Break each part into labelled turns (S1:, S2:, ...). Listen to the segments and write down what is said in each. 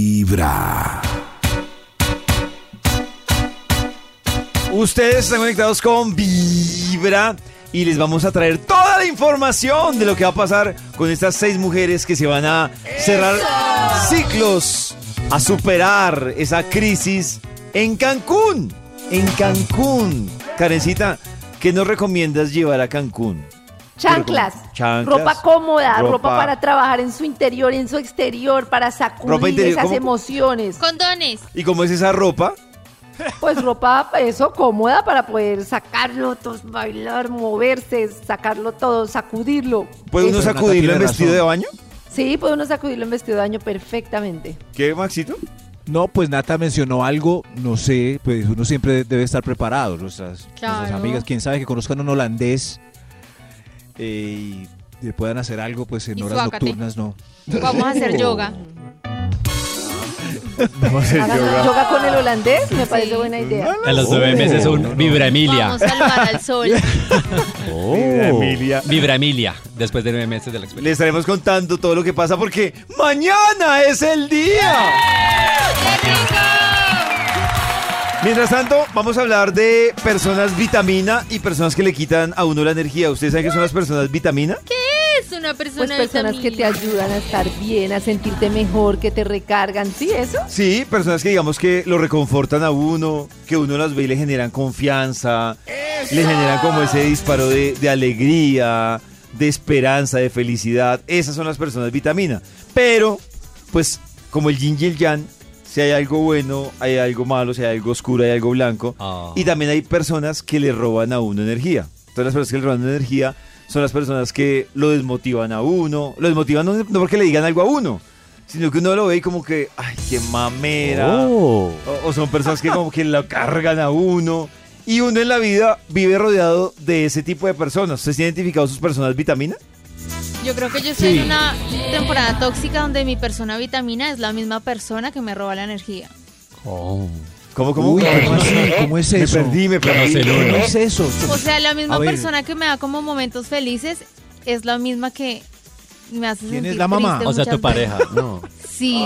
S1: Vibra.
S2: Ustedes están conectados con Vibra y les vamos a traer toda la información de lo que va a pasar con estas seis mujeres que se van a cerrar ciclos, a superar esa crisis en Cancún. En Cancún. Karencita, ¿qué nos recomiendas llevar a Cancún?
S3: Chanclas,
S2: Chanclas,
S3: ropa cómoda, ropa,
S2: ropa-
S3: para trabajar en su interior, en su exterior, para sacudir
S2: Ropa interior,
S3: esas
S2: ¿cómo?
S3: emociones.
S4: Condones.
S2: ¿Y cómo es esa ropa?
S3: Pues ropa, eso, cómoda para poder sacarlo, tos- bailar, moverse, sacarlo todo, sacudirlo.
S2: ¿Puede uno
S3: Eso.
S1: Renata
S2: sacudirlo en
S1: tiene
S2: vestido
S1: razón.
S2: de baño?
S3: Sí, puede uno sacudirlo en vestido de baño perfectamente.
S2: ¿Qué, Maxito?
S1: No, pues Nata mencionó algo, no sé, pues uno siempre debe estar preparado. Nuestras,
S4: Claro.
S1: nuestras amigas, quién sabe, que conozcan un holandés eh, y le puedan hacer algo, pues en
S4: Y
S1: horas
S4: suácate.
S1: nocturnas, no.
S4: Vamos a hacer yoga.
S3: Hagan yoga con el holandés, me parece buena idea.
S5: A los nueve meses un Vibra Emilia.
S4: Vamos a salvar al sol.
S2: Oh. Emilia.
S5: Vibra Emilia, después de nueve meses de la experiencia.
S2: Les estaremos contando todo lo que pasa porque mañana es el día. Mientras tanto, vamos a hablar de personas vitamina y personas que le quitan a uno la energía. ¿Ustedes saben qué son las personas vitamina?
S4: Es una persona
S3: Pues personas que te
S4: vitamina.
S3: ayudan a estar bien, a sentirte mejor, que te recargan, ¿sí? ¿Eso?
S2: Sí, personas que digamos que lo reconfortan a uno, que uno las ve y le generan confianza, le generan como ese disparo de, de alegría, de esperanza, de felicidad. Esas son las personas vitamina. Pero, pues, como el yin y el yang, si hay algo bueno, hay algo malo, si hay algo oscuro, hay algo blanco.
S5: Ah.
S2: Y también hay personas que le roban a uno energía. Entonces las personas que le roban energía son las personas que lo desmotivan a uno. Lo desmotivan no, no porque le digan algo a uno, sino que uno lo ve y como que, ay, qué mamera.
S1: Oh.
S2: O, o son personas que como que lo cargan a uno. Y uno en la vida vive rodeado de ese tipo de personas. ¿Ustedes han identificado sus personas vitamina?
S4: Yo creo que yo estoy en una temporada tóxica donde mi persona vitamina es la misma persona que me roba la energía.
S2: ¿Cómo, cómo?
S1: Uy, ¿cómo así? ¿Cómo es eso?
S2: Me perdí, me perdí.
S5: Conoce el uno.
S1: ¿Qué es eso?
S4: O sea, la misma
S1: A ver.
S4: persona que me da como momentos felices es la misma que me hace
S1: ¿Quién es
S4: sentir
S1: la mamá?
S4: triste
S5: O sea, tu
S4: muchas veces.
S2: Ah,
S5: pareja. No.
S4: Sí,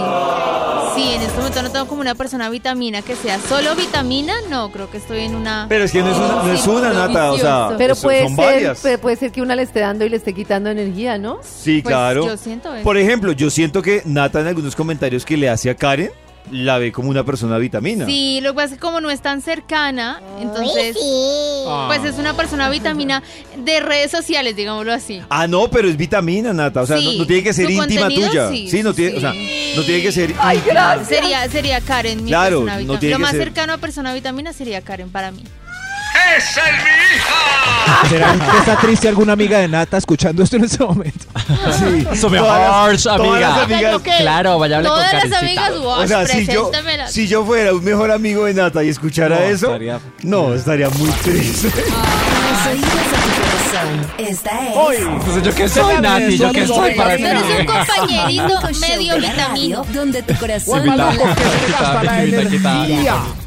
S4: sí, en este momento no tengo como una persona vitamina que sea solo vitamina, no, creo que estoy en una...
S2: Pero es que no es una, no es una nata, o sea,
S3: Pero
S2: son-
S3: puede
S2: son
S3: ser,
S2: varias.
S3: pero puede ser que una le esté dando y le esté quitando energía, ¿no?
S2: Sí,
S4: Pues,
S2: claro.
S4: yo siento eso.
S2: Por ejemplo, yo siento que Nata en algunos comentarios que le hace a Karen la ve como una persona vitamina.
S4: Sí, lo que pasa es que como no es tan cercana, entonces... Pues es una persona vitamina de redes sociales, digámoslo así.
S2: Ah, no, pero es vitamina, Nata. O sea,
S4: Sí.
S2: no, no tiene que ser
S4: Su
S2: íntima
S4: contenido,
S2: tuya.
S4: sí,
S2: no tiene, o sea,
S4: sí.
S2: no tiene que ser.
S3: Ay, gracias.
S4: Sería, sería Karen, mi
S2: Claro,
S4: persona
S2: no
S4: vitamina.
S2: tiene
S4: Lo
S2: que
S4: más
S2: ser.
S4: cercano a persona vitamina sería Karen para mí.
S1: ¿Será que está triste alguna amiga de Nata escuchando esto en este momento?
S5: Su
S2: Todas
S5: mejor
S2: las- todas las
S5: amiga.
S2: amigas-
S4: Lo que-
S5: Claro, vaya a hablar con
S4: Todas las
S5: Karencita.
S4: amigas, wow,
S2: O sea, si yo,
S4: preséntamela.
S2: si yo fuera un mejor amigo de Nata y escuchara
S1: No,
S2: eso,
S1: estaría-
S2: no, estaría muy triste.
S6: Los oídos de tu corazón. Esta es.
S5: Entonces, ¿yo qué soy, Nati? ¿Yo qué soy para ti?
S4: Tú eres un compañerito
S6: único show
S4: medio
S6: de la radio
S4: vitamina.
S6: Donde tu corazón
S5: Vitamina,
S6: late.
S5: quitada, vitamina, quitada.
S6: La